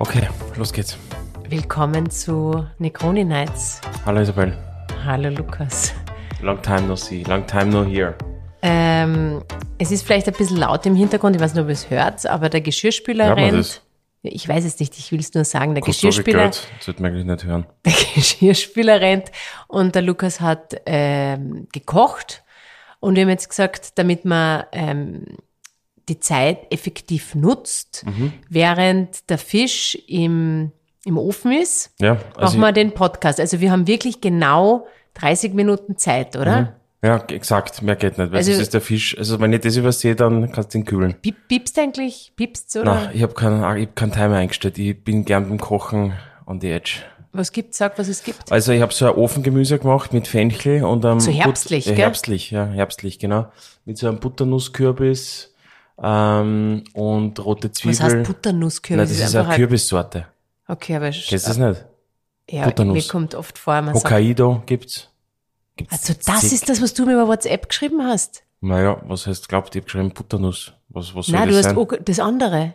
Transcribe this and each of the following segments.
Okay, los geht's. Willkommen zu Necroni Nights. Hallo Isabel. Hallo Lukas. Long time no see, long time no hear. Ähm, es ist vielleicht ein bisschen laut im Hintergrund, ich weiß nicht, ob ihr es hört, aber der Geschirrspüler Hört man rennt. das? Äh, Ich weiß es nicht, ich will es nur sagen. Der Kostorich Geschirrspüler, gehört, Das wird man eigentlich nicht hören. der Geschirrspüler rennt und der Lukas hat ähm, gekocht. Und wir haben jetzt gesagt, damit man ähm, die Zeit effektiv nutzt, Mhm. während der Fisch im, im Ofen ist, Ja, machen wir den Podcast. Also wir haben wirklich genau 30 Minuten Zeit, oder? ich, Hm? ja, exakt, mehr geht nicht, weil ne? Also- das ist der Fisch. Also wenn ich das übersehe, dann kannst du ihn kühlen. Piep, piepst eigentlich? Piepst oder? Na, ich habe keinen ah, ich hab keinen Timer eingestellt. Ich bin gern beim Kochen on the edge. Was gibt's? Sag, was es gibt. Also ich habe so ein Ofengemüse gemacht mit Fenchel und einem So herbstlich, But- gell? herbstlich, ja, herbstlich, genau. Mit so einem Butternusskürbis ähm, und rote Zwiebeln. Was heißt Nein, Butternusskürbis? das ist eine ein- Kürbissorte. Okay, aber sch- Kennst du das nicht? ja, Butternuss. mir kommt oft vor, man sagt, Hokkaido gibt's. also das ist das, was du mir über WhatsApp geschrieben hast. Naja, was heißt, glaubt, ich habe geschrieben Butternuss. Was, was soll Nein, du das hast sein? auch das andere.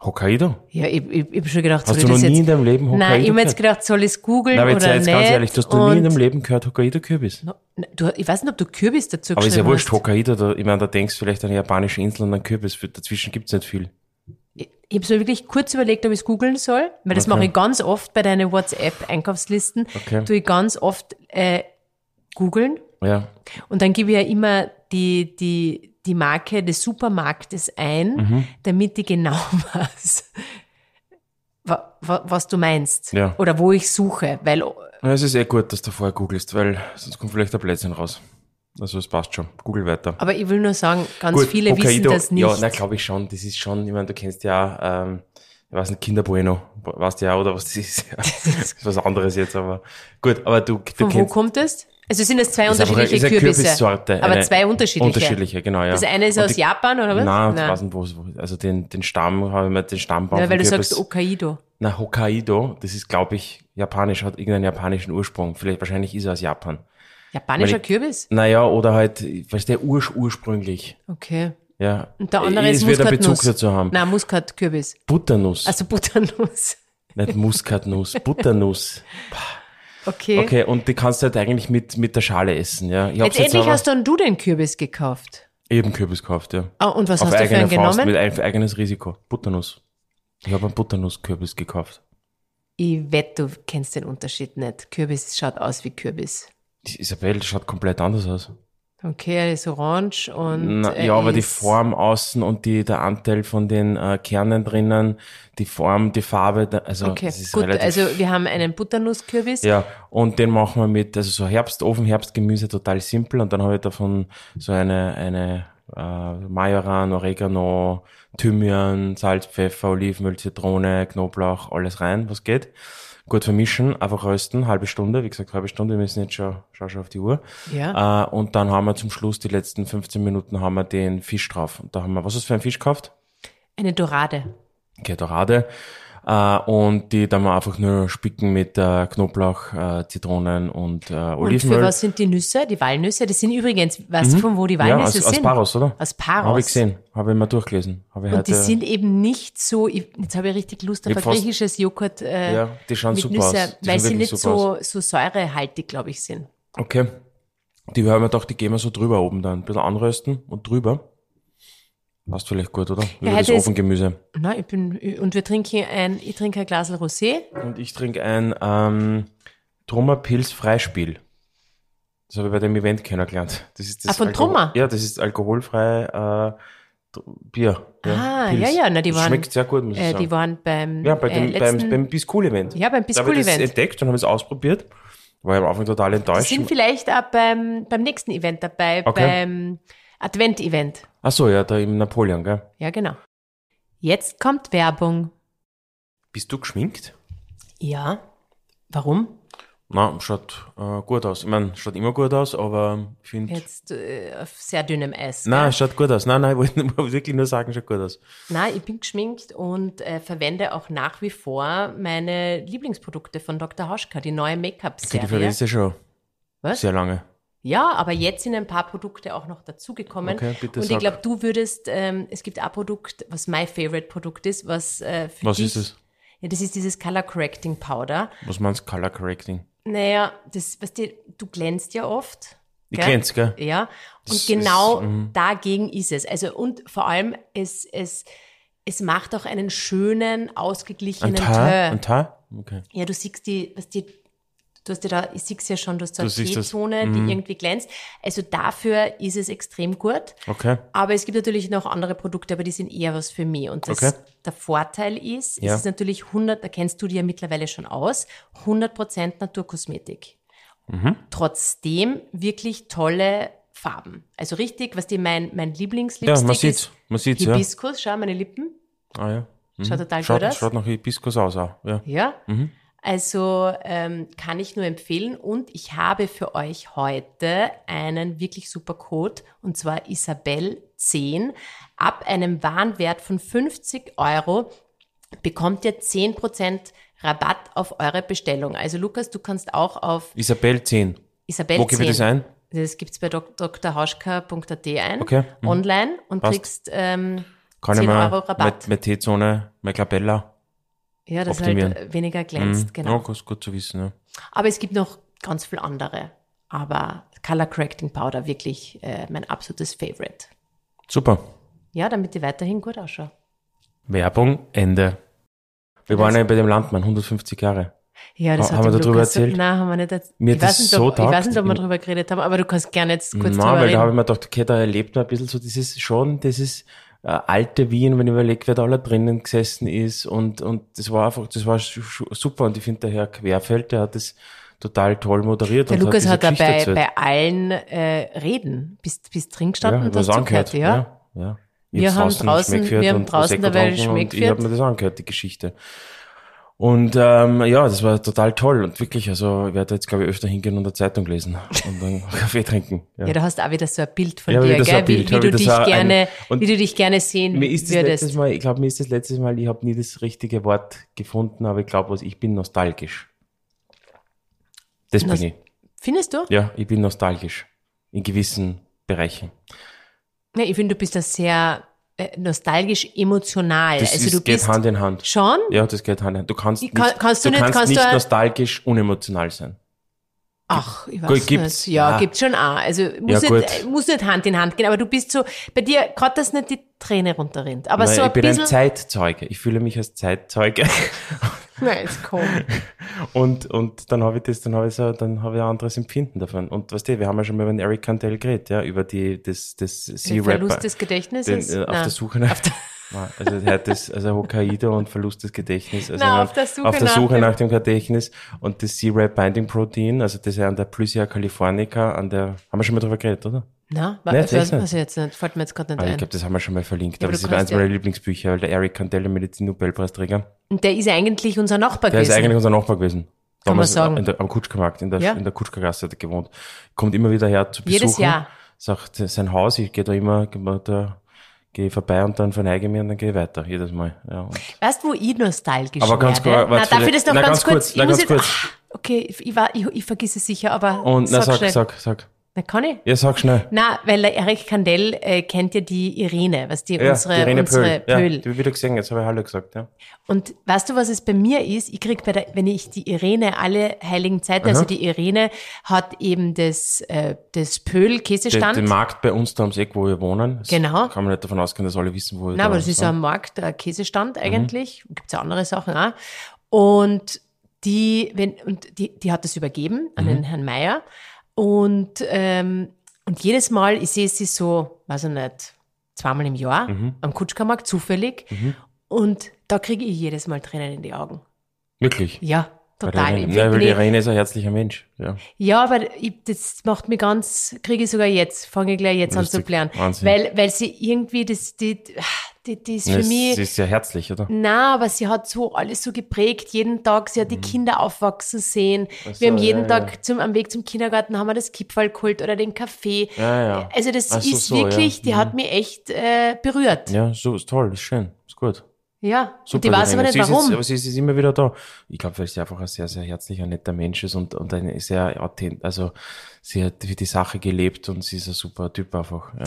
Hokkaido? Ja, ich, ich, ich habe schon gedacht, soll Hast ich du noch das nie in jetzt... deinem Leben Hokkaido Nein, ich habe jetzt gehört? gedacht, soll ich es googeln Nein, aber oder jetzt nicht? sei jetzt ganz ehrlich, du hast noch nie in deinem Und- Leben gehört Hokkaido-Kürbis. No- na, Du, ich weiß nicht, ob du Kürbis dazu Aber ist ja geschrieben wurscht, hast. Hokkaido, da, ich meine, da denkst du vielleicht an eine japanische Insel und einen Kürbis. Für- Dazwischen gibt's nicht viel. Ich, ich habe so wirklich kurz überlegt, ob ich es googeln soll, weil das Okay. mache ich ganz oft bei deinen WhatsApp-Einkaufslisten. Okay. Tue ich ganz oft äh, googeln Ja. Und dann gebe ich ja immer die, die, die Marke des Supermarktes ein, Mhm. damit ich genau weiß, wa, wa, was du meinst Ja. oder wo ich suche. Weil ja. Es ist eh gut, dass du vorher googelst, weil sonst kommt vielleicht ein Blödsinn raus. Also es passt schon. Google weiter. aber ich will nur sagen, ganz viele wissen das nicht. Ja, na glaube ich schon. Das ist schon, ich meine, du kennst ja, auch, ähm, ich weiß nicht, Kinder Bueno, weißt du ja, oder was das ist. Ja. das ist was anderes jetzt, aber gut, aber du, du Von wo kennst. kommt es? Also sind es zwei ist einfach eine- unterschiedliche ist eine Kürbisse. Kürbissorte, aber eine zwei unterschiedliche. Unterschiedliche, genau, ja. Das eine ist Und aus die- Japan oder was? Nein, ich weiß nicht, wo, es- wo- also den, den Stamm, habe ich mir den Stammbaum. Ja, weil vom du Kürbis- sagst Hokkaido. Na, Hokkaido, das ist, glaube ich, japanisch, hat irgendeinen japanischen Ursprung. Vielleicht, wahrscheinlich ist er aus Japan. Japanischer Weil ich- Kürbis? Naja, oder halt, weißt du, ursch ursprünglich. Okay. Ja. Und der andere es ist wird einen Muskatnuss. Bezug dazu haben. Nein, Muskatkürbis. Butternuss. Also Butternuss. Nicht Muskatnuss, Butternuss. Okay. Okay, und die kannst du halt eigentlich mit, mit der Schale essen, ja. Ich hab's Jetzt jetzt, endlich aber hast dann du den Kürbis gekauft. eben Kürbis gekauft, ja. Ah, und was Auf hast du für eigene einen Faust, genommen? mit ein, eigenes Risiko. Butternuss. Ich habe einen Butternusskürbis gekauft. Ich wette, du kennst den Unterschied nicht. Kürbis schaut aus wie Kürbis. Die Isabel schaut komplett anders aus. Okay, er ist orange und. Na, er ja, aber die Äh, ist- Form außen und die, der Anteil von den äh, Kernen drinnen, die Form, die Farbe, da, also Okay, das ist gut. relativ... Also, wir haben einen Butternusskürbis. ja, und den machen wir mit, also so Herbstofen, Herbstgemüse, total simpel. Und dann habe ich davon so eine, eine äh, Majoran, Oregano, Thymian, Salz, Pfeffer, Olivenöl, Zitrone, Knoblauch, alles rein, was geht. Gut vermischen, einfach rösten, halbe Stunde, wie gesagt, halbe Stunde, wir müssen jetzt schon, schau schon auf die Uhr. Ja. Äh, und dann haben wir zum Schluss, die letzten 15 Minuten, haben wir den Fisch drauf. Und da haben wir, was hast du für einen Fisch gekauft? Eine Dorade. Okay, Dorade. Äh, und die dann wir einfach nur spicken mit äh, Knoblauch, äh, Zitronen und äh, Und Olivenöl. für was sind die Nüsse? Die Walnüsse? Das sind übrigens, weißt du, von wo die ja, Walnüsse aus, aus sind? Paros, oder? Aus Paros. Habe ich gesehen, habe ich mal durchgelesen. Habe ich Und heute, die sind eben nicht so. Ich, jetzt habe ich richtig Lust auf Ich ein hab fast- griechisches Joghurt äh, ja, die schauen mit super Nüsse, aus. Die weil schauen sie wirklich nicht super aus. so, so säurehaltig, glaube ich, sind. Okay. Die haben wir gedacht, die gehen wir so drüber oben dann. Ein bisschen anrösten und drüber. Passt vielleicht gut, oder? Über das heute ist- Ofengemüse. Nein, ich bin, ich- und wir trinken ein, ich trinke ein Glas Rosé. Und ich trinke ein ähm, Trummerpilz Freispiel. Das habe ich bei dem Event kennengelernt. Das ist das Ah, von Alkohol- Trummer? Ja, das ist alkoholfrei äh, Tr- Bier. Ah, Pils. ja, ja, na, die Das waren- Schmeckt sehr gut, muss ich Äh, sagen. die waren beim, ja, bei äh, dem, beim, letzten, beim Biscool-Event. ja, Da beim habe ich das Biscool-Event. entdeckt und habe es ausprobiert. War ich am Anfang total enttäuscht. Sind vielleicht auch beim, beim nächsten Event dabei, Okay. beim Advent-Event. Ach so, ja, da im Napoleon, gell? Ja, genau. Jetzt kommt Werbung. Bist du geschminkt? Ja. Warum? Na, schaut äh, gut aus. Ich meine, schaut immer gut aus, aber ich finde. Jetzt äh, auf sehr dünnem Eis. Nein, schaut gut aus. Nein, nein, ich wollte wirklich nur sagen, schaut gut aus. Nein, ich bin geschminkt und äh, verwende auch nach wie vor meine Lieblingsprodukte von Dr. Hauschka, die neue Die Make-up-Serie. verwendest du schon Was? sehr lange. Ja, aber jetzt sind ein paar Produkte auch noch dazugekommen. Okay, bitte und ich sag. glaube, du würdest, ähm, es gibt ein Produkt, was mein Favorite Produkt ist, was äh, für Was dich, ist es? Ja, das ist dieses Color Correcting Powder. Was meinst du, Color Correcting? Naja, das, weißt du, du glänzt ja oft. Ich kenn's, gell? Ja. Und Das genau ist, mhm. dagegen ist es. Also, und vor allem, es, es, es macht auch einen schönen, Ein ausgeglichenen Teil? Teint. Ein Teil? Okay. Ja, du siehst die, was die, du hast ja da, ich sieh's ja schon, du hast so Du eine siehst Mhm. das. T-Zone, die irgendwie glänzt. Also dafür ist es extrem gut. Okay. Aber es gibt natürlich noch andere Produkte, aber die sind eher was für mich. Und das, Okay. der Vorteil ist, Ja. es ist natürlich 100, da kennst du die ja mittlerweile schon aus, 100% Naturkosmetik. Mhm. Trotzdem wirklich tolle Farben. Also richtig, was die mein, mein Ja, Lieblingslipstick man ist sieht's. Man sieht's, ja. Hibiskus, schau meine Lippen. Ah, ja. Mhm. Schaut total schaut, gut aus. Schaut nach Hibiskus aus auch. Ja. Ja. Mhm. Also ähm, kann ich nur empfehlen und ich habe für euch heute einen wirklich super Code und zwar Isabel 10. Ab einem Warenwert von 50 Euro bekommt ihr 10% Rabatt auf eure Bestellung. Also Lukas, du kannst auch auf Isabel 10. Isabel Wo 10. gebe ich das ein? Das gibt's bei dok- drhauschka.at ein, Okay, mhm. online und Passt. kriegst ähm, Kann 10 ich mal Euro mit, Rabatt. mit T-Zone, mit Capella. ja, das optimieren. Mhm. halt weniger glänzt, genau. Ja, gut, gut zu wissen. Ja. Aber es gibt noch ganz viele andere. Aber Color Correcting Powder wirklich äh, mein absolutes Favorite. Super. Ja, damit ich weiterhin gut ausschaue. Werbung, Ende. Wir waren Also- ja bei dem Landmann, 150 Jahre. Ja, das Ha- hat haben wir dem darüber Lukas so- erzählt? Nein, haben wir nicht erzählt. Mir ich, das weiß nicht, so ob, ich weiß taugt. nicht, ob wir darüber geredet haben, aber du kannst gerne jetzt kurz Na, weil drüber da habe ich reden. mir gedacht, okay, da erlebt man ein bisschen so dieses schon, dieses äh, alte Wien, wenn ich überlege, wer da alle drinnen gesessen ist und, und das war einfach, das war sch- sch- super und ich finde der Herr Querfeld, der hat das total toll moderiert Der und Lukas hat hat diese da Geschichte bei, erzählt. bei allen äh, Reden. Bist, bist drin gestanden ja, und ich hab's hast zugehört, angehört, ja? ja, ja. Wir Ich hab's haben draußen- Schmäh geführt wir haben und draußen Prosecco dabei getrunken Schmäh und Ich geführt. habe mir das angehört, die Geschichte. Und ähm, ja, das war total toll und wirklich, also ich werde jetzt, glaube ich, öfter hingehen und eine Zeitung lesen und dann Kaffee trinken. Ja, da hast du auch wieder so ein Bild von Ja, dir, wieder so ein gell? Wie, Bild, wie, hab du ich das dich auch ein- gerne, und wie du dich gerne sehen Mir ist das letztes würdest. Mal, ich glaube, mir ist das letztes Mal, ich habe nie das richtige Wort gefunden, aber ich glaube, was ich bin nostalgisch. Das Nos- bin ich. Findest du? Ja, ich bin nostalgisch. In gewissen Bereichen. Ja, ich finde, du bist da sehr äh, nostalgisch emotional. Das also ist, du geht bist Hand in Hand. schon Ja, das geht Hand in Hand. Du kannst Ich nicht, kann- kannst du nicht- kannst kannst du nicht ein- nostalgisch unemotional sein. Ach, ich weiß Gut, gibt's. nicht. Ja, Ja. gibt's schon auch. Also muss, Ja, nicht, gut. muss nicht Hand in Hand gehen, aber du bist so, bei dir gerade das nicht die Träne runterrinnt. Aber Nein, so ich ein bin ein bisschen. Zeitzeuge. Ich fühle mich als Zeitzeuge. Nein, ist komisch. Und, und dann habe ich das, dann habe ich so, dann habe ich ein anderes Empfinden davon. Und weißt du, wir haben ja schon mal über den Eric Cantell geredet, ja, über die, das, das Der C-Rapper. Verlust des den, Gedächtnisses. äh, auf Nein. der Suche nach. Nein, also er hat das, also Hokkaido und Verlust des Gedächtnisses. Also Nein, er auf der Suche auf der nach Suche dem- nach dem Gedächtnis und das C-Red Binding Protein, also das ist ja an der Plysia californica, an der, haben wir schon mal drüber geredet, oder? Nein, Nein, was, das weiß ich was, nicht. was also, jetzt nicht, fällt mir jetzt gerade nicht Ah, ich ein. glaube, das haben wir schon mal verlinkt, aber Ja, aber das du ist eins kannst ja- meiner Lieblingsbücher, weil der Eric Cantell, der Medizin-Nobelpreisträger, Und der ist ja eigentlich unser Nachbar der ist gewesen. eigentlich unser Nachbar gewesen. Kann man Damals sagen. In der, am Kutschkermarkt, in der, Ja. in der Kutschkergasse hat er gewohnt. Kommt immer wieder her zu besuchen. Jedes Jahr. Sagt sein Haus, ich gehe da immer, geh mal da, gehe vorbei und dann verneige ich mich und dann gehe ich weiter, jedes Mal. Ja, und Weißt du, wo ich nostalgisch Aber ganz werde? kurz, warte, Na, darf ich das noch na, ganz ganz, kurz, kurz? Ich na, muss ganz jetzt, kurz. Ah, okay, ich, ich, war, ich, ich vergiss es sicher, aber Und sag, na, sag, schnell. sag, sag. Na, kann ich? Ja, sag schnell. Na, weil der Erich Kandel äh, kennt ja die Irene, was die Ja, unsere, die Irene unsere Pöhl. Pöhl. Ja, die hab ich wieder gesehen, jetzt habe ich Hallo gesagt, ja. Und weißt du, was es bei mir ist? Ich krieg bei der, wenn ich die Irene alle heiligen Zeiten, also die Irene hat eben das, äh, das Den, Pöhl-Käsestand. den Markt bei uns da ums Eck, wo wir wohnen. Das Genau. Kann man nicht davon ausgehen, dass alle wissen, wo wir Na, da aber das ist ja ein Markt, ein Mhm. Käsestand eigentlich. Gibt's ja andere Sachen auch. Und die, wenn, und die, die hat das übergeben Mhm. an den Herrn Meier. Und, ähm, und jedes Mal, ich sehe sie so, weiß ich nicht, zweimal im Jahr Mhm. am Kutschkermarkt, zufällig. Und da kriege ich jedes Mal Tränen in die Augen. Wirklich. Ja, Bei der total. Irene. Ich Nein, weil die bin- Irene ist ein herzlicher Mensch. Ja. ja, aber ich, das macht mich ganz, kriege ich sogar jetzt, fange ich gleich jetzt an Lustig. zu planen. Wahnsinn. Weil, weil sie irgendwie, das, die, die, die ist für Das- mich, Sie ist sehr herzlich, oder? na, aber sie hat so alles so geprägt, jeden Tag, sie hat die Kinder aufwachsen sehen. Mhm. Ach so, wir haben jeden ja, Tag Zum, am Weg zum Kindergarten haben wir das Kipferl geholt oder den Kaffee. Ja, ja. Also das Ach so, ist so, ja. Mhm. wirklich, die hat mich echt äh, berührt. Ja. Ja, so ist toll, ist schön, ist gut. Ja, Super und die weiß Lorena. aber nicht sie ist warum. Jetzt, aber sie ist jetzt immer wieder da. Ich glaube, weil sie einfach ein sehr, sehr herzlicher, netter Mensch ist und, und ein sehr authent, also sie hat für die Sache gelebt und sie ist ein super Typ einfach. Ja.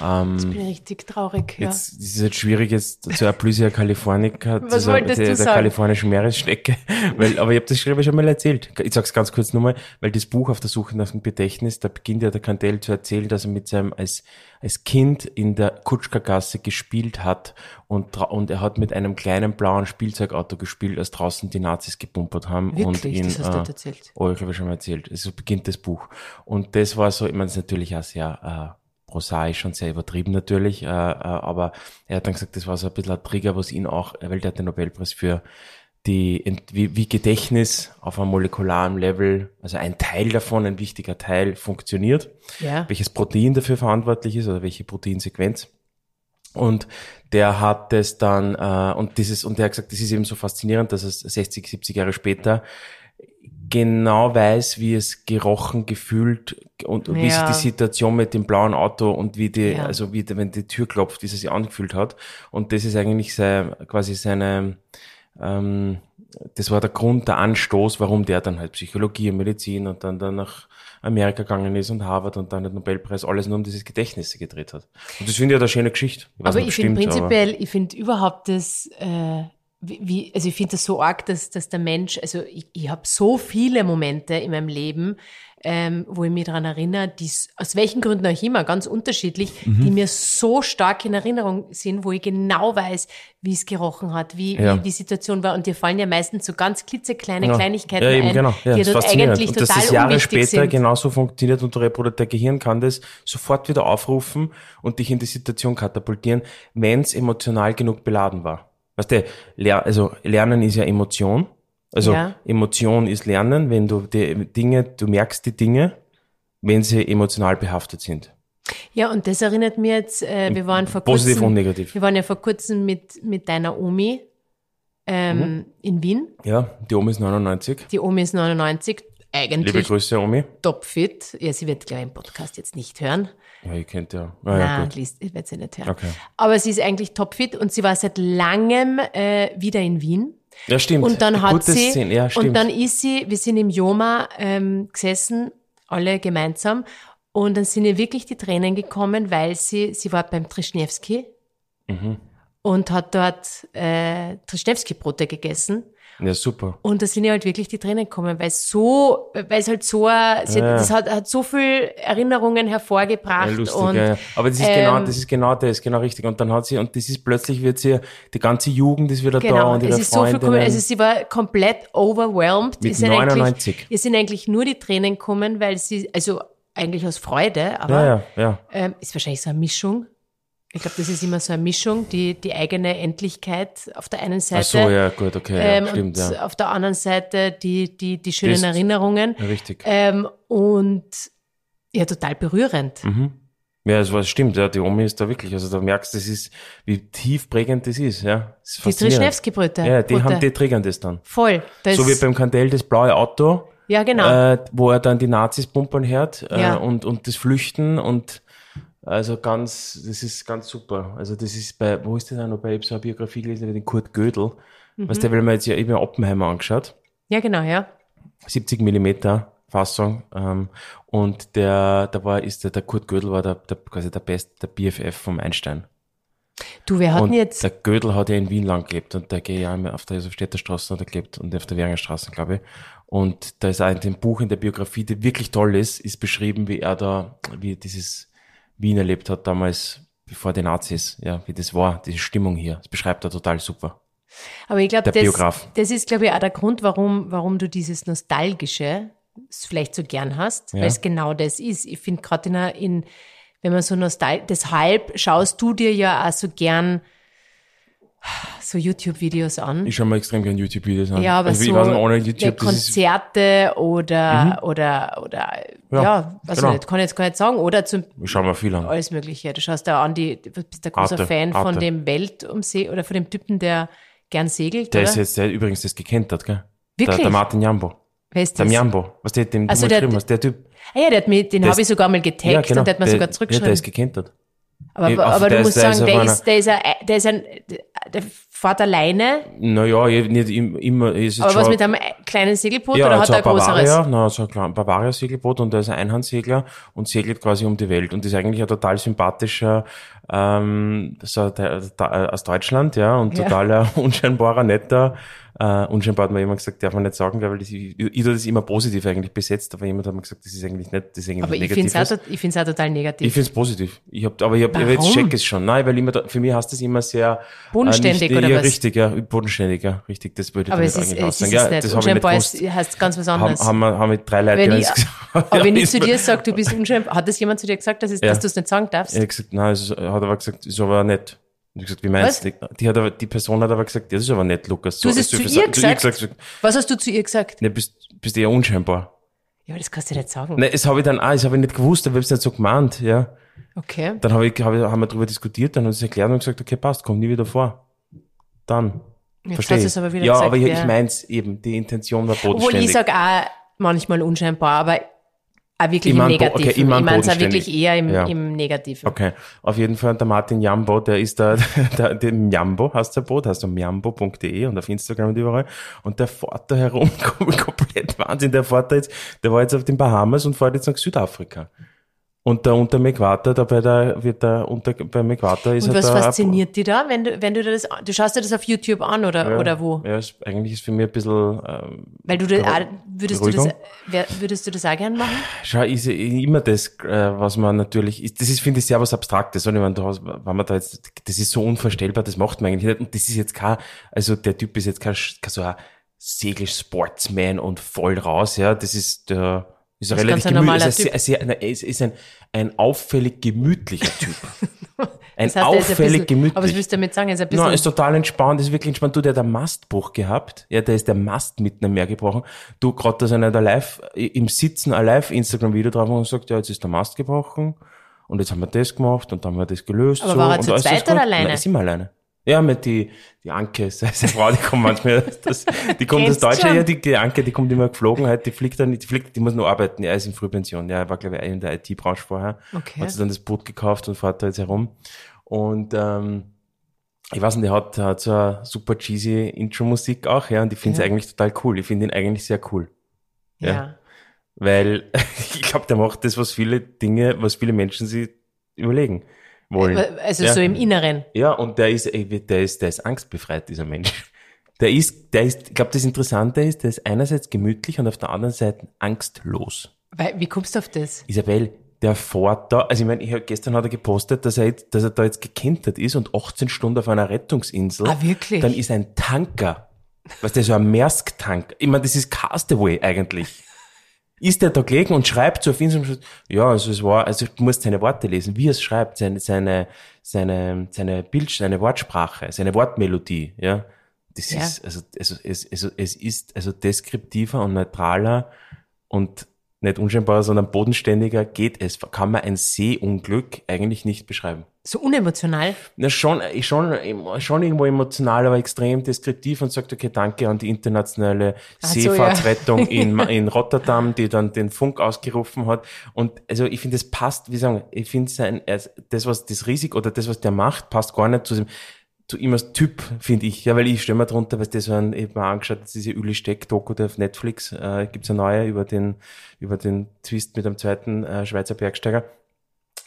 ja, ähm, jetzt bin ich richtig traurig. Ja. Jetzt es ist jetzt schwierig, jetzt zu Aplysia californica, zu Was sagen, wolltest der, du der sagen? kalifornischen Meeresschnecke. Weil, aber ich habe das Schreiber schon mal erzählt. Ich sag's ganz kurz nochmal, weil das Buch auf der Suche nach dem Gedächtnis, da beginnt ja der Kandel zu erzählen, dass er mit seinem als, als Kind in der Kutschkergasse gespielt hat und, tra- und er hat mit einem kleinen blauen Spielzeugauto gespielt, als draußen die Nazis gepumpert haben und Wirklich, ihn das hast du äh, nicht erzählt. Oh, ich habe schon mal erzählt. So beginnt das Buch. Und das war so, ich meine, es ist natürlich auch sehr äh, prosaisch und sehr übertrieben natürlich, äh, äh, aber er hat dann gesagt, das war so ein bisschen ein Trigger, was ihn auch, weil der hat den Nobelpreis für die, Ent- wie, wie Gedächtnis auf einem molekularen Level, also ein Teil davon, ein wichtiger Teil funktioniert Ja. welches Protein dafür verantwortlich ist oder welche Proteinsequenz. Und der hat es dann, äh, und dieses, und der hat gesagt, das ist eben so faszinierend, dass es 60, 70 Jahre später genau weiß, wie es gerochen, gefühlt und, und wie sich Ja. die Situation mit dem blauen Auto und wie die, Ja. also wie, der- wenn die Tür klopft, wie sie sich angefühlt hat. Und das ist eigentlich sein, quasi seine, ähm, das war der Grund, der Anstoß, warum der dann halt Psychologie und Medizin und dann, dann nach Amerika gegangen ist und Harvard und dann den Nobelpreis, alles nur um dieses Gedächtnis gedreht hat. Und das finde ich ja eine schöne Geschichte. Ich weiß Aber nicht, ich ob finde stimmt, aber- prinzipiell, ich finde überhaupt das, äh, wie, wie, also ich finde das so arg, dass, dass der Mensch, also ich, ich habe so viele Momente in meinem Leben, ähm, wo ich mich daran erinnere, die s- aus welchen Gründen auch immer, ganz unterschiedlich, Mhm. die mir so stark in Erinnerung sind, wo ich genau weiß, wie es gerochen hat, wie, Ja. wie die Situation war. Und dir fallen ja meistens so ganz klitzekleine Ja. Kleinigkeiten ja, eben, ein, genau. ja, die ja das ist dort faszinierend. eigentlich und dass total das Jahre unwichtig später genau. sind. genauso funktioniert und Reprodu der Gehirn kann das sofort wieder aufrufen und dich in die Situation katapultieren, wenn es emotional genug beladen war. Weißt du, Ler also Lernen ist ja Emotion. Also Ja. Emotion ist Lernen, wenn du die Dinge, du merkst die Dinge, wenn sie emotional behaftet sind. Ja, und das erinnert mich jetzt, äh, wir waren vor kurzem... Positiv und negativ. Wir waren ja vor kurzem mit, mit deiner Omi ähm, Mhm. in Wien. Ja, die Omi ist 99. Die Omi ist 99, Liebe eigentlich Grüße, Omi. topfit. Ja, sie wird, glaube ich, im Podcast jetzt nicht hören. Ja, ihr kennt ja. Ah, ja Nein, gut. liest, ich werde sie nicht hören. Okay. Aber sie ist eigentlich topfit und sie war seit langem äh, wieder in Wien. Ja, stimmt. Und dann hat Gute sie, Szene. Ja, stimmt. und dann ist sie, wir sind im Joma ähm, gesessen, alle gemeinsam, und dann sind ihr wirklich die Tränen gekommen, weil sie, sie war beim Trischnewski Mhm. und hat dort äh, Trischnewski-Brote gegessen. ja, super. Und da sind ihr halt wirklich die Tränen gekommen, weil so, weil es halt so, ein- sie, Ja. das hat, hat so viel Erinnerungen hervorgebracht. Ja, lustig, und ja, ja. Aber das ist ähm, genau, das ist genau das, genau richtig. Und dann hat sie, und das ist plötzlich wird sie, die ganze Jugend ist wieder da Genau, und ihre es ist so viel gekommen. Freundinnen. Also sie war komplett overwhelmed. Mit Es sind 99. Eigentlich, es sind eigentlich nur die Tränen gekommen, weil sie, also eigentlich aus Freude, aber ja, ja, ja. Ähm, ist wahrscheinlich so eine Mischung. Ich glaube, das ist immer so eine Mischung, die, die eigene Endlichkeit auf der einen Seite Ach so, ja, gut, okay, ähm, ja, stimmt, und ja. auf der anderen Seite die, die, die schönen Das- Erinnerungen. ja. Richtig. Ähm, und ja, total berührend. Mhm. Ja, es war, stimmt, ja, die Omi ist da wirklich, also da merkst du, das ist, wie tiefprägend das ist, ja. Das ist Die faszinierend. Trischnewski-Brüte. Ja, die, haben, Brüte. die triggern das dann. Voll. Das, So wie beim Kandel das blaue Auto, ja, genau. äh, wo er dann die Nazis pumpern hört äh, Ja. und, und das Flüchten und also ganz, das ist ganz super. Also das ist bei, wo ist das auch noch bei, ich hab so eine Biografie gelesen über den Kurt Gödel. Mhm. Weißt du, weil man jetzt ja eben Oppenheimer angeschaut, ja, genau, ja. 70 Millimeter Fassung ähm, und der, da war, ist der, der Kurt Gödel war der, der quasi der Best, der BFF vom Einstein. Du, wir hatten Und jetzt der Gödel hat ja in Wien lang gelebt und der geht ja immer auf der Josefstädter Straße hat er gelebt und auf der Währinger Straße, glaube ich. Und da ist auch in dem Buch, in der Biografie, die wirklich toll ist, ist beschrieben, wie er da, wie er dieses Wien erlebt hat damals, bevor die Nazis, ja, wie das war, diese Stimmung hier. Das beschreibt er total super. Aber ich glaube, Der das, Biograf. das ist, glaube ich, auch der Grund, warum, warum du dieses Nostalgische s- vielleicht so gern hast, Ja. weil es genau das ist. Ich finde gerade in, einer- in, wenn man so nostalgisch, deshalb schaust du dir ja auch so gern so YouTube-Videos an. Ich schaue mir extrem gerne YouTube-Videos an. ja, aber also, so ich weiß nicht, ohne der YouTube, das ist, Mhm. Konzerte oder, oder, oder, Ja, ja, also genau. nicht, kann ich jetzt gar nicht sagen, oder zum, ich schaue mir viel an. alles Mögliche. Du schaust da an, die, du bist ein großer Arte, Fan Arte. von dem Weltumsee oder von dem Typen, der gern segelt, Der oder? ist jetzt, der übrigens das gekannt hat, gell? Der, Wirklich? der Martin Jambo. Wer ist Der das? Jambo. Was der, den du Also mal der- geschrieben hast, der Typ. Ah ja, der hat mich, den Der habe ich ist- genau. sogar mal getaggt und der hat der, mir sogar Ja, der zurückgeschrieben. ist gekentert. aber auf- aber der ist- du musst der ist sagen, auf der einer- ist, der ist ein, der ist ein, der fährt alleine, Naja, eh, nicht im- immer. Ist jetzt aber schon, was mit einem kleinen Segelboot ja, oder hat so er ein größeres? Bavaria, na, so ein kleines Bavaria-Segelboot und da ist ein Einhandsegler und segelt quasi um die Welt und ist eigentlich ein total sympathischer ähm, so der, der, aus Deutschland, ja, und Ja. totaler unscheinbarer, netter. Äh, unscheinbar hat mir jemand gesagt, darf man nicht sagen, weil das, ich, ich tu das immer positiv eigentlich besetzt, aber jemand hat mir gesagt, das ist eigentlich nicht, das ist eigentlich Aber ich finde negativ. es auch, tot- ich find's auch total negativ. Ich finde es positiv. Ich hab, aber ich, hab, aber jetzt Warum? check es schon. Nein, weil immer, da- für mich heißt das immer sehr. äh, Bodenständig, nicht- oder ja, was? Richtig, ja, bodenständig, ja, richtig. Das würde ich aber damit es ist, eigentlich es aussagen. ist Ja, es nicht. das habe ich nicht Unscheinbar ist, gewusst. heißt ganz was Haben, anderes. haben, wir- haben wir drei Leute Wenn die ich- das gesagt haben. aber wenn Ja, ich zu ist- dir sage, du bist unscheinbar, hat das jemand zu dir gesagt, dass, es, Ja. dass du es nicht sagen darfst? Er hat gesagt, nein, es ist, er hat aber gesagt, ist aber nett. Und ich gesagt, wie meinst du? Die, hat aber, die Person hat aber gesagt, das ist aber nett, Lukas. Du hast es so zu viel ihr sa- gesagt? Zu ihr gesagt Was hast du zu ihr gesagt? ne, bist, bist eher unscheinbar. Ja, aber das kannst du nicht sagen. Nein, das habe ich dann auch, das habe ich nicht gewusst, aber ich habe es nicht so gemeint, ja. Okay. Dann hab ich, hab ich, haben wir darüber diskutiert, dann hat sie es erklärt und gesagt, okay, passt, kommt nie wieder vor. Dann. Jetzt Verstehe. hat sie ich. es aber wieder ja, gesagt, aber ich, ja. ich meins eben, die Intention war Obwohl bodenständig. ich sage auch manchmal unscheinbar, aber auch wirklich Ich mein, im Negativen. okay, ich mein ich meine es auch bodenständig. wirklich eher im, Ja. im Negativen. Okay, auf jeden Fall der Martin Jambo, der ist da, der, der Jambo heißt der Boot, heißt er jambo.de und auf Instagram und überall. Und der fährt da herum, kom- komplett Wahnsinn, der fährt da jetzt, der war jetzt auf den Bahamas und fährt jetzt nach Südafrika. Und da unter dem Äquator, da bei der, wird da unter, beim Äquator ist Und er was da. fasziniert dich da, wenn du, wenn du dir das, du schaust dir das auf YouTube an oder, ja, oder wo? Ja, ist, eigentlich ist für mich ein bisschen, ähm, Weil du, das Ja. auch, würdest du das, Beruhigung. wer- würdest du das auch gern machen? Schau, ist ja immer das, äh, was man natürlich, ist, das ist, finde ich, sehr was Abstraktes. Und ich meine, du hast, wenn man da jetzt, das ist so unvorstellbar, das macht man eigentlich nicht. Und das ist jetzt kein, also der Typ ist jetzt kein, Sch- kein so ein Segelsportsman und voll raus, ja. Das ist, der, ist, ein Das ist relativ ganz ein gemütlich, normaler ist, ein sehr, sehr, nein, es ist ein, ein auffällig gemütlicher Typ. Ein Das heißt, er ist ein auffällig bisschen, gemütlich. Aber was willst du damit sagen? Er Ist ein bisschen, Nein, ist total entspannt, ist wirklich entspannt. Du, der hat einen Mastbruch gehabt. Ja, der ist der Mast mitten am Meer gebrochen. Du, gerade dass einer da live, i- im Sitzen ein Live-Instagram-Video drauf macht und sagt, ja, jetzt ist der Mast gebrochen. Und jetzt haben wir das gemacht und dann haben wir das gelöst. Aber so, war er und zu alles ist zweit gut. oder alleine? Nein, ist immer alleine. Ja, mit die, die Anke, seine Frau, die kommt manchmal, das, die kommt aus Kennst Deutschland, schon. ja, die, die Anke, die kommt immer geflogen halt, die fliegt dann, die fliegt, die muss nur arbeiten, ja, ist in Frühpension, ja, er war, glaube ich, in der IT-Branche vorher. Okay. Hat sich dann das Boot gekauft und fährt da jetzt herum. Und, ähm, ich weiß nicht, der hat, der hat so eine super cheesy Intro-Musik auch, ja, und ich finde es Ja. eigentlich total cool. Ich finde ihn eigentlich sehr cool. ja. ja. Weil ich glaube, der macht das, was viele Dinge, was viele Menschen sich überlegen wollen. Also Ja. so im Inneren. Ja, und der ist, ey, wie- der ist, der ist angstbefreit, dieser Mensch. Der ist, der ist, ich glaube, das Interessante ist, der ist einerseits gemütlich und auf der anderen Seite angstlos. Weil, wie kommst du auf das? Isabel, der fährt da, also ich meine, ich hab, gestern hat er gepostet, dass er, jetzt, dass er da jetzt gekentert ist und 18 Stunden auf einer Rettungsinsel. Ah, wirklich? Dann ist ein Tanker, was der so ein Maersk-Tanker, ich meine, das ist Castaway eigentlich. Ist der da gelegen und schreibt so auf Instagram, ja, also es war, also du musst seine Worte lesen, wie er es schreibt, seine, seine, seine, seine Bild, seine Wortsprache, seine Wortmelodie, ja. Das Ja. ist, also, also, es, also, es ist, also deskriptiver und neutraler und nicht unscheinbarer, sondern bodenständiger geht es. Kann man ein Seeunglück eigentlich nicht beschreiben. So unemotional. Na, schon, äh, schon, äh, schon irgendwo emotional, aber extrem deskriptiv und sagt, okay, danke an die internationale so, Seefahrtsrettung in, Ma- in Rotterdam, die dann den Funk ausgerufen hat. Und also ich finde, das passt, wie sagen, ich finde sein, er- das, was das Risiko oder das, was der macht, passt gar nicht zu dem, zu ihm als Typ, finde ich. Ja, weil ich stelle mir drunter, weil das so ein, ich habe mir angeschaut, jetzt diese Uli Steck-Doku da auf Netflix, äh, gibt's eine neue über den, über den Twist mit dem zweiten äh, Schweizer Bergsteiger.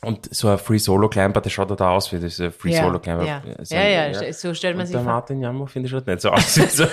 Und so ein Free Solo Climber, der schaut ja da aus wie dieser Free ja. Solo Climber. Ja, So ja, ein- ja, so stellt man Und sich der vor. Martin Jammer finde ich schaut nicht so aus wie so,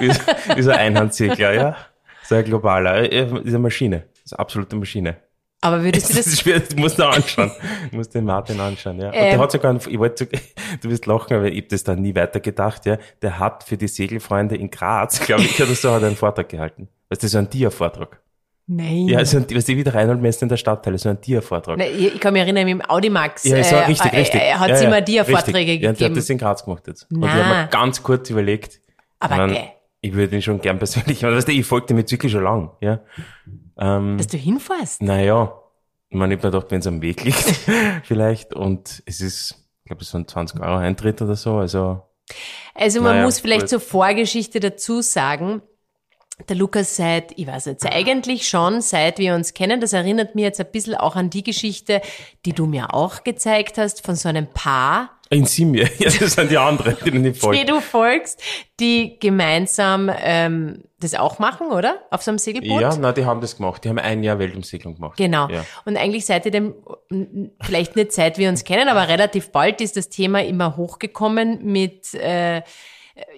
wie so, wie so ein Einhandsegler, ja. So ein globaler, äh, äh, ist eine Maschine, ist eine absolute Maschine. Aber würdest du Das das, ist schwer, du musst ihn anschauen. Du musst den Martin anschauen, ja. Und der Ähm. hat sogar, einen, ich wollte, so- du wirst lachen, aber ich habe das dann nie weiter gedacht, ja. Der hat für die Segelfreunde in Graz, glaube ich, oder so, hat er einen Vortrag gehalten. Weißt du, so ein Dia-Vortrag. nein. Ja, so ein, weißt du, wie der Reinhold Messner in der Stadtteile, so ein Dia-Vortrag. Nein, ich, ich kann mich erinnern, mit dem Audimax Ja, so, äh, richtig, äh, richtig. äh, hat ja, es ja, immer dir richtig. Vorträge Ja, der hat gegeben. das in Graz gemacht jetzt. Und ich Na. habe mir ganz kurz überlegt. Aber äh, ich mein, gell. Ich würde ihn schon gern persönlich, weil weißt du, ich folge dem jetzt wirklich schon lang, ja. Ähm, dass du hinfährst. naja, ich meine, ich hab mir gedacht, wenn es am Weg liegt, vielleicht, und es ist, ich glaube, es sind 20 Euro Eintritt oder so, also, Also man Naja, muss vielleicht gut. zur Vorgeschichte dazu sagen, der Lukas seit, ich weiß jetzt eigentlich schon, seit wir uns kennen, das erinnert mir jetzt ein bisschen auch an die Geschichte, die du mir auch gezeigt hast, von so einem Paar, In Simje, ja, das sind die anderen, die nicht die folgen. du folgst, die gemeinsam ähm, das auch machen, oder? Auf so einem Segelboot? Ja, na, die haben das gemacht. Die haben ein Jahr Weltumsegelung gemacht. Genau. Ja. Und eigentlich seit ihr dem, vielleicht nicht seit wir uns kennen, aber relativ bald ist das Thema immer hochgekommen mit äh,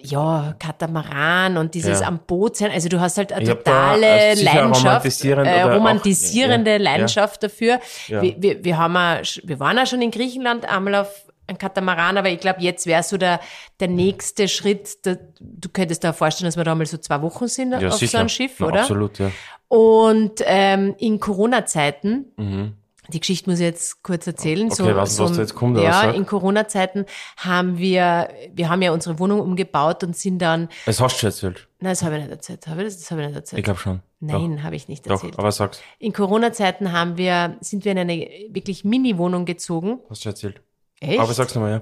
ja, Katamaran und dieses Ja. am Boot sein. Also du hast halt eine Ich hab da totale als sicher Leidenschaft, romantisierend äh, oder auch- romantisierende ja, ja. Leidenschaft dafür. Ja. Wir, wir, wir, haben auch, sch- wir waren ja schon in Griechenland einmal auf einem Katamaran, aber ich glaube, jetzt wäre so der, der nächste Schritt. Da, du könntest dir auch vorstellen, dass wir da mal so zwei Wochen sind Ja, auf so einem Schiff, Na, oder? Absolut, ja. Und ähm, in Corona-Zeiten, die Geschichte muss ich jetzt kurz erzählen. Mhm. Okay, weiß nicht, was da jetzt kommt, aber Ja, sag. in Corona-Zeiten haben wir, wir haben ja unsere Wohnung umgebaut und sind dann, Das hast du schon erzählt. nein, das habe ich nicht erzählt, habe ich das, das habe ich nicht erzählt. Ich glaube schon. nein, habe ich nicht Doch, erzählt. doch aber sag's. in Corona-Zeiten haben wir, sind wir in eine wirklich Mini-Wohnung gezogen. Hast du schon erzählt. Echt? Aber sag's nochmal, ja.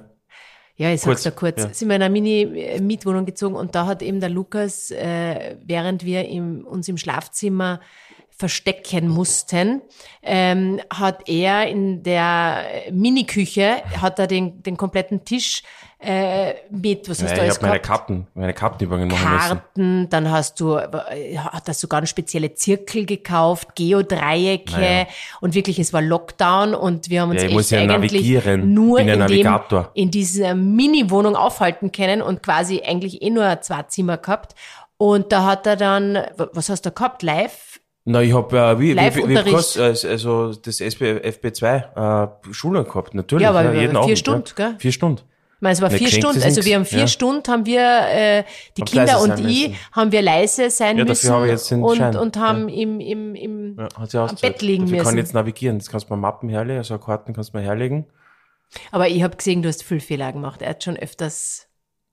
Ja, ich Kurz, sag's da kurz. ja. Sind wir in einer Mini-Mietwohnung gezogen und da hat eben der Lukas, äh, während wir im, uns im Schlafzimmer verstecken mussten, ähm, hat er in der äh, Mini-Küche, hat er den, den kompletten Tisch äh, mit, was hast Nein, du ich alles habe meine gehabt? Karten, meine Kartenübungen machen müssen. Karten, dann hast du, äh, hat er so ganz spezielle Zirkel gekauft, Geodreiecke Naja. und wirklich, es war Lockdown und wir haben uns Ja, ich echt muss ja eigentlich navigieren. nur Bin ja in, dem, Navigator. in dieser Mini-Wohnung aufhalten können und quasi eigentlich eh nur zwei Zimmer gehabt. Und da hat er dann, w- was hast du gehabt? Live? Na, ich habe äh, wie, wie, wie, wie Live-Unterricht. kurz, also das SB, FB2 äh, Schule gehabt, natürlich. Ja, aber wir- jeden vier Abend, Stunden, ja. gell? Vier Stunden. Ich meine, es war Na, vier geschenkt Stunden, ist also nix. wir haben vier Ja. Stunden, haben wir, äh, die Hab's Kinder leise und sein ich, müssen. haben wir leise sein Ja, dafür müssen habe ich jetzt den und, Schein. und haben im, im, im Ja, hat sie am Bett liegen Dafür kann müssen. ich jetzt navigieren. Jetzt kannst du mal Mappen herlegen, also Karten kannst du mal herlegen. Aber ich habe gesehen, du hast viel Fehler gemacht. Er hat schon öfters,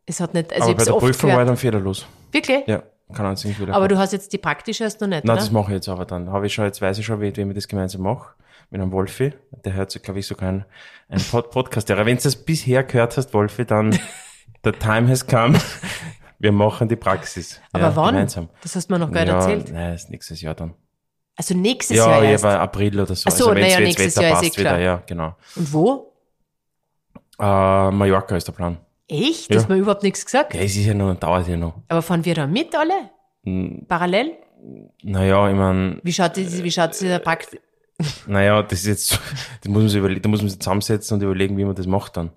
es hat nicht, also aber ich bei habe der oft Prüfung war ich gehört. dann fehlerlos. Wirklich? Ja, kann einzigen Fehler. Aber du hast jetzt die praktische hast du noch nicht, Nein, oder? das mache ich jetzt aber dann. Habe ich schon, jetzt weiß ich schon, mit wem ich das gemeinsam mache. Mit einem Wolfi. Der hört sich, glaube ich, sogar einen, einen Pod Podcast. Aber wenn du das bisher gehört hast, Wolfi, dann the time has come. Wir machen die Praxis. Aber ja, wann? Gemeinsam. Das hast du mir noch gar nicht ja, erzählt. Nein, ist nächstes Jahr dann. Also nächstes ja, Jahr ja, erst. bei April oder so. Ach so, also wenn's- naja, wenn's nächstes Wetter Jahr ist eh passt wieder, klar. ja, genau. Und wo? Äh, Mallorca ist der Plan. Echt? Ja. Du hast mir überhaupt nichts gesagt. Ja, es ist ja noch, dauert ja noch. Aber fahren wir da mit alle? Parallel? Naja, ich meine, Wie schaut diese, wie schaut dieser Prakt? naja, das ist jetzt, das muss man sich überle- da muss man sich zusammensetzen und überlegen, wie man das macht dann.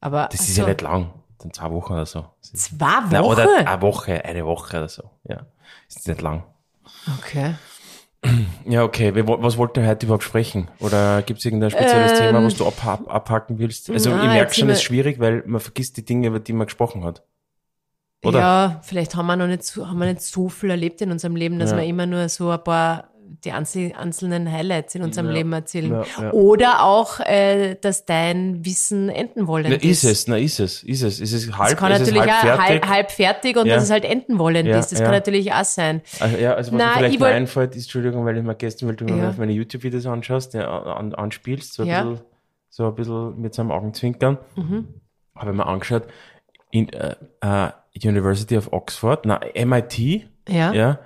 Aber Das ach ist so, ja nicht lang. Dann zwei Wochen oder so. Das ist- Also Zwei Wochen? Nein, oder eine Woche, eine Woche oder so. Ja. Ist nicht lang. okay. Ja, okay. Wir wo- Was wollten wir heute überhaupt sprechen? Oder gibt es irgendein spezielles Thema, was du abha- abhaken willst? Also na, ich Ähm, jetzt merke schon, sind es ist wir- schwierig, weil man vergisst die Dinge, über die man gesprochen hat. Oder? Ja, vielleicht haben wir noch nicht so, haben wir nicht so viel erlebt in unserem Leben, dass Ja. wir immer nur so ein paar die anzi- einzelnen Highlights in unserem Ja. Leben erzählen. Ja, ja. Oder auch, äh, dass dein Wissen enden wollend Na, ist ist. es, na ist es, ist es. Ist es Das halb, kann ist es natürlich halb auch fertig? halb, halb fertig und Ja. dass es halt enden wollend Ja, ist. Das ja. kann natürlich auch sein. Also, ja, also was Na, mir vielleicht ich mal wollt- einfällt, ist, Entschuldigung, weil ich mir gestern, weil du mir Ja. auf meine YouTube-Videos anschaust, ja, an, anspielst, so ein, Ja. Mhm. bisschen, so ein bisschen mit so einem Augenzwinkern, habe ich mir angeschaut, in äh, äh, University of Oxford, na, MIT, Ja. ja.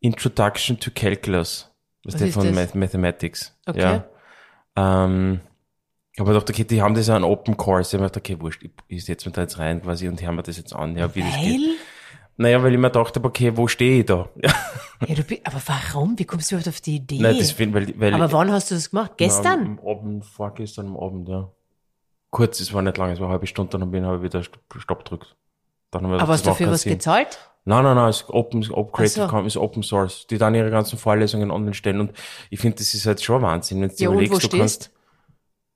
Introduction to Calculus, was, Ah. Was der ist von das? Math Mathematics. Okay. Ja. Ähm, ich habe mir gedacht, okay, die haben das ja einen Open Course. Ich habe mir gedacht, okay, wurscht, ich, ich setze mich da jetzt rein quasi und höre mir das jetzt an, ja, wie das geht. Weil? Naja, weil ich mir gedacht habe, okay, wo stehe ich da? Ja, du bist, aber warum? Wie kommst du überhaupt auf die Idee? Nein, das find, weil, weil aber wann hast du das gemacht? Gestern? Am Abend, vorgestern am Abend, ja. Kurz, es war nicht lang, es war eine halbe Stunde, dann bin habe ich wieder Stopp Stopp gedrückt. Dann haben wir aber hast du dafür was Sinn. gezahlt? Nein, nein, nein, es ist Open, es ist Open Creative Ach so. Commons, ist Open Source. Die dann ihre ganzen Vorlesungen online stellen und ich finde, das ist halt schon Wahnsinn, wenn du dir Ja, und überlegst, wo du stehst? kannst.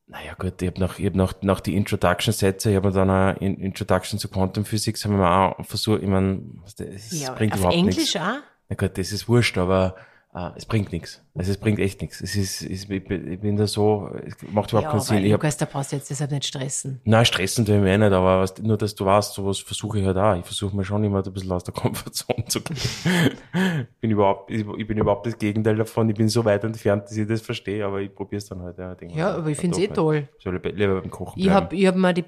Naja gut, ich habe noch, ich hab noch, noch die Introduction-Sätze, ich habe dann auch in Introduction zu Quantum Physics, haben wir auch versucht, ich meine, das Ja, bringt auf überhaupt Englisch nichts. auch? Na gut, das ist wurscht, aber äh, es bringt nichts. Also es bringt echt nichts. Es ist, es- ich bin ich bin da so, es macht überhaupt Ja, keinen aber Sinn. Ich hab, Lukas, da brauchst du jetzt deshalb nicht stressen. nein, stressen tue ich mir eh nicht, aber was, nur, dass du weißt, sowas versuche ich halt auch. Ich versuche mir schon immer ein bisschen aus der Komfortzone zu gehen. ich, bin überhaupt, ich, ich bin überhaupt das Gegenteil davon. Ich bin so weit entfernt, dass ich das verstehe, aber ich probiere es dann halt. Ja, ich denk mir, Ja, aber ich find's eh doch, halt. toll. Soll ich be- lieber beim Kochen Ich bleiben. habe ich hab mir die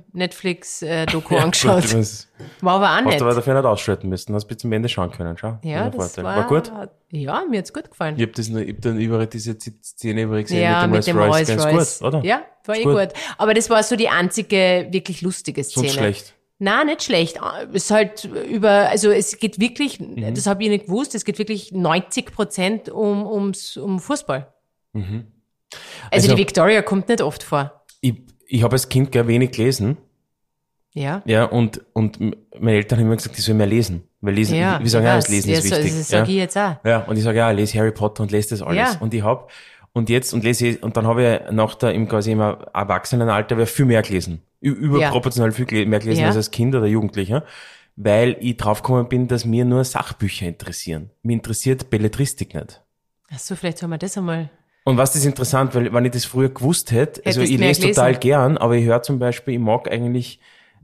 Beckham-Netflix-Doku Gut, angeschaut. das- War aber auch Hast nett. du aber dafür nicht ausschalten müssen, hast bis zum Ende schauen können, schau. ja, ist ein das Vorteil. war, war gut. Ja, mir hat's gut gefallen. Ich hab das nur, ich hab dann überall diese Z- Szene überall gesehen Ja, mit dem Rolls Royce. Ganz gut, oder? Ja, war eh gut. gut. Aber das war so die einzige wirklich lustige Szene. Sonst schlecht. Na, nicht schlecht. Es ist halt über, also es geht wirklich, Mhm. das habe ich nicht gewusst, es geht wirklich 90 Prozent um, ums, um Fußball. Also, Mhm. Also- die Victoria kommt nicht oft vor. Ich, ich habe als Kind gar wenig gelesen, Ja. ja, und, und m- meine Eltern haben immer gesagt, ich soll mehr lesen. Weil lesen, ja. wir sagen ich ja, weiß. das Lesen ist Ja, so- wichtig. Das ja. sage ich jetzt auch. Ja, und ich sage, ja, lese Harry Potter und lese das alles. Ja. Und ich hab und jetzt, und lese ich, und dann habe ich nach der, im quasi im Erwachsenenalter, wir viel mehr gelesen. Ü- Überproportional viel gel- mehr gelesen Ja. als als Kind oder Jugendlicher. Weil ich draufgekommen bin, dass mir nur Sachbücher interessieren. Mir interessiert Belletristik nicht. Ach so, vielleicht haben wir das einmal. Und was das ist interessant, weil wenn ich das früher gewusst hätte, also Hättest ich mehr lese gelesen. total gern, aber ich höre zum Beispiel, ich mag eigentlich,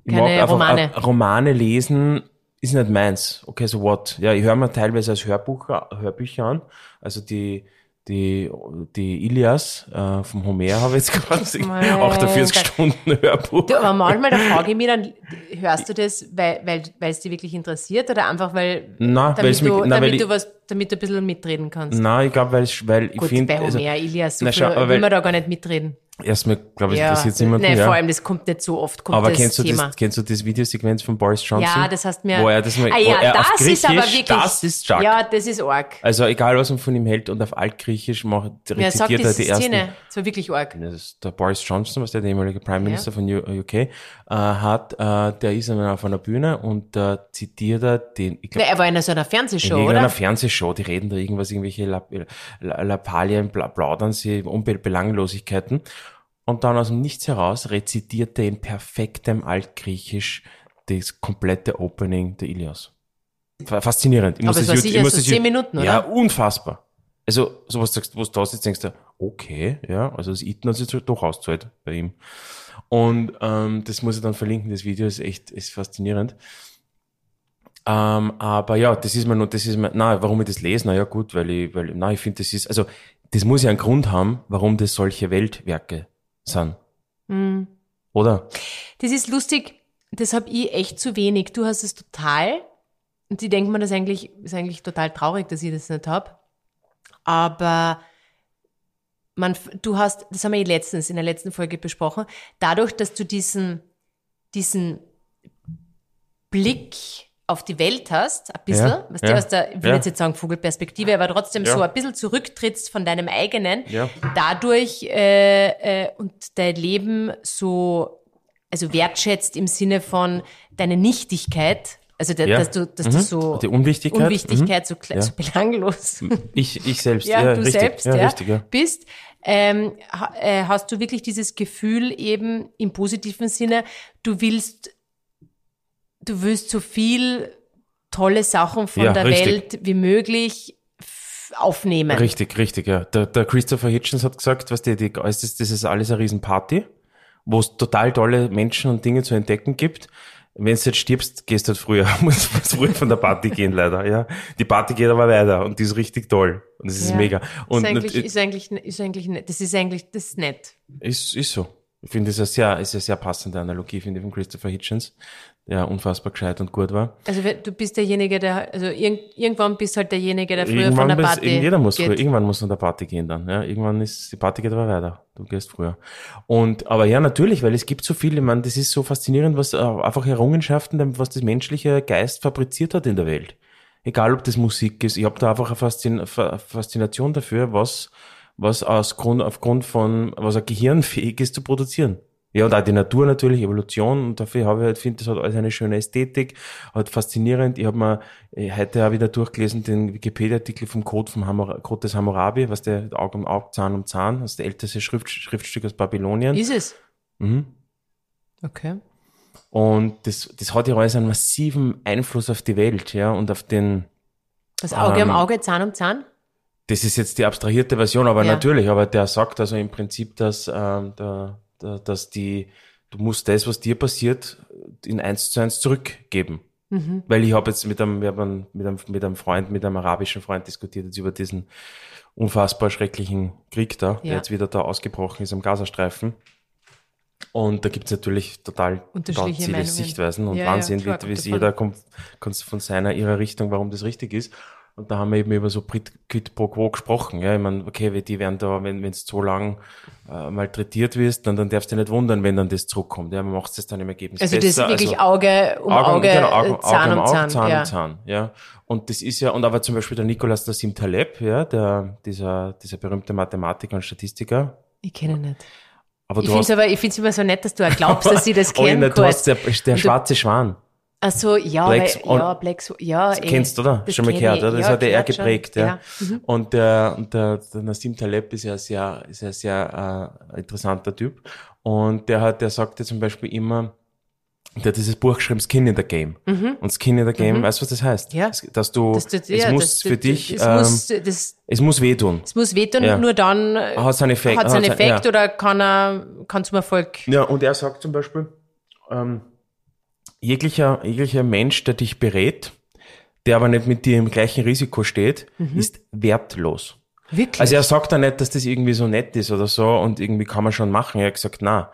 ich Keine mag einfach Romane. äh, Romane lesen, ist nicht meins. Okay, so what? Ja, ich höre mir teilweise als Hörbuch, äh, Hörbücher an, also die, die, die Ilias äh, vom Homer habe ich jetzt quasi Mein 48 Gott. Stunden Hörbuch. Du, aber manchmal, da frage ich mich dann, hörst du das, weil weil weil, es dich wirklich interessiert oder einfach, weil, Na, weil damit, es du, mich, na, damit, weil ich, du was, damit du ein bisschen mitreden kannst? na, ich glaube, weil ich, weil ich Gut, finde, bei Homer, also, Ilias, so Na, schau, viel aber will weil- man da gar nicht mitreden. erstmal, glaube ich, interessiert es niemanden. Nein, ja. vor allem, das kommt nicht so oft, kommt Aber das kennst du, Thema. das, kennst du das Videosequenz von Boris Johnson? ja, das hast mir. Wo er das mal, ah, wo ja, er das auf Griechisch, ist aber wirklich. Das ist stark. Ja, das ist arg. Also egal, was man von ihm hält und auf Altgriechisch macht, Wer rezitiert sagt diese er halt die ersten. Szene? Das war wirklich arg. Das ist der Boris Johnson, was der, der ehemalige Prime Minister von U- UK, äh, hat, äh, der ist einmal auf einer Bühne und da zitiert er den, ich Na, glaube, er war in so einer in Fernsehshow, irgendeiner oder? Fernsehshow, die reden da irgendwas, irgendwelche La- La- Lappalien, bla- plaudern sie, Unbe- Belanglosigkeiten. Und dann aus dem Nichts heraus rezitiert er in perfektem Altgriechisch das komplette Opening der Ilias. Fa- Faszinierend. Ich Aber es war jut- sicher so das jut- 10 Minuten, oder? Ja, unfassbar. Also, sowas sagst, wo du da sitzt, denkst du, okay, ja, also das Iten hat sich doch ausgezahlt bei ihm. Und ähm, das muss ich dann verlinken, das Video ist echt ist faszinierend. Ähm, aber ja, das ist mir nur, das ist mir, na, warum ich das lese, na ja gut, weil ich, weil, na, ich finde, das ist, also, das muss ja einen Grund haben, warum das solche Weltwerke sind. Mhm. Oder? Das ist lustig, das habe ich echt zu wenig. Du hast es total. Und ich denke mir, das eigentlich, ist eigentlich total traurig, dass ich das nicht habe. Aber man, f- du hast, das haben wir eh letztens in der letzten Folge besprochen, dadurch, dass du diesen, diesen Blick auf die Welt hast, ein bisschen, Ja, was du ja, aus der, ich will ja. jetzt nicht sagen Vogelperspektive, aber trotzdem Ja. so ein bisschen zurücktrittst von deinem eigenen, Ja. dadurch äh, äh, und dein Leben so also wertschätzt im Sinne von deine Nichtigkeit, also de, Ja. dass du dass du Mhm. so Die Unwichtigkeit. mhm. Unwichtigkeit so, kle- Ja. so belanglos Mhm. Ich, ich selbst, ja, ja, du richtig. selbst ja, ja, richtig, ja. bist, ähm, ha, äh, hast du wirklich dieses Gefühl eben im positiven Sinne, du willst, du willst so viel tolle Sachen von Ja, der richtig. Welt wie möglich f- aufnehmen. Richtig, richtig, ja. Der, der Christopher Hitchens hat gesagt, was die, die, es ist, das ist alles eine Riesenparty, wo es total tolle Menschen und Dinge zu entdecken gibt. Wenn du jetzt stirbst, gehst du halt früher, musst, musst früher von der Party gehen, leider, ja. Die Party geht aber weiter und die ist richtig toll. Und das ist Ja. mega. Und ist, eigentlich, nat- ist, eigentlich, ist eigentlich nett. Das ist eigentlich das ist nett. Ist, ist so. Ich finde, das ist eine sehr, ist eine sehr passende Analogie, finde ich, von Christopher Hitchens, der unfassbar gescheit und gut war. Also wenn- du bist derjenige, der also irgend, irgendwann bist halt derjenige, der früher von der bist- Party jeder muss geht. früher, irgendwann muss man der Party gehen dann. Ja, irgendwann ist die Party geht aber weiter. Du gehst früher. Und aber ja, natürlich, weil es gibt so viele. Man, das ist so faszinierend, was äh, einfach Errungenschaften, was das menschliche Geist fabriziert hat in der Welt. Egal, ob das Musik ist. Ich habe da einfach eine Faszin Fa- Faszination dafür, was was aus Grund, aufgrund von was ein Gehirn fähig ist zu produzieren. Ja, und auch die Natur natürlich, Evolution, und dafür habe ich halt, finde, das hat alles eine schöne Ästhetik, hat faszinierend. Ich habe mir äh, heute auch wieder durchgelesen, den Wikipedia-Artikel vom Code, vom Hammur Code des Hammurabi, was der Auge um Auge, Zahn um Zahn, das ist der älteste Schrift Schriftstück aus Babylonien. Ist es? mhm. Okay. Und das, das hat ja alles einen massiven Einfluss auf die Welt, ja, und auf den, Das Auge Ähm, um Auge, Zahn um Zahn? das ist jetzt die abstrahierte Version, aber Ja. natürlich, aber der sagt also im Prinzip, dass, ähm, da, da, dass die, du musst das, was dir passiert, in eins zu eins zurückgeben. Mhm. Weil ich habe jetzt mit einem, wir haben einen- mit einem, mit einem Freund, mit einem arabischen Freund diskutiert jetzt über diesen unfassbar schrecklichen Krieg da, der Ja. jetzt wieder da ausgebrochen ist am Gazastreifen. Und da gibt's natürlich total Unterschiedliche ganz viele Meinungen. Sichtweisen und Ja, ja, Wahnsinn, klar, wie, wie kommt es davon. jeder kommt, kommt von seiner, ihrer Richtung, warum das richtig ist. Und da haben wir eben über so Prit- Quid pro Quo gesprochen. Ja, ich meine, okay, weil die werden da, wenn wenn du so lang äh, malträtiert wirst, dann, dann darfst du dich nicht wundern, wenn dann das zurückkommt. Ja, man macht das dann im Ergebnis Also das ist besser. wirklich Auge um Auge, genau, äh, Zahn Auge um Zahn. Zahn, ja. um Zahn, ja. Und das ist ja, und aber zum Beispiel der Nikolaus Nassim Taleb, ja, der, dieser, dieser berühmte Mathematiker und Statistiker. Ich kenne ihn nicht. Aber Ich du finde es hast, aber, ich find's immer so nett, dass du auch glaubst, dass sie das Oh, kennen. nein, du hast kurz. der, der schwarze Schwan. Ach so, ja, Black Black, Swan- weil, ja, Black Swan, ja. Das eh. kennst du, oder? das schon mal kenn gehört, ich. oder? Das Ja, hat ja er gehört schon. geprägt, ja. Ja. Mhm. Und der, und der, der Nassim Taleb ist ja ein sehr, ist ja ein sehr äh, interessanter Typ. Und der hat, der sagte zum Beispiel immer, der hat dieses Buch geschrieben, Skin in the Game. Und Skin in the Game, weißt du, was das heißt? Mhm. Ja. Es- Dass du, Das, das, es ja, muss das, für das, dich, Das, ähm, muss, das, es muss wehtun. das muss wehtun, Ja. nur dann äh, Hat seinen Effekt. hat es einen sein- Effekt ja. oder kann er kann zum Erfolg. Ja, und er sagt zum Beispiel, ähm, jeglicher, jeglicher Mensch, der dich berät, der aber nicht mit dir im gleichen Risiko steht, Mhm. ist wertlos. Wirklich? Also er sagt da nicht, dass das irgendwie so nett ist oder so und irgendwie kann man schon machen. Er hat gesagt, na,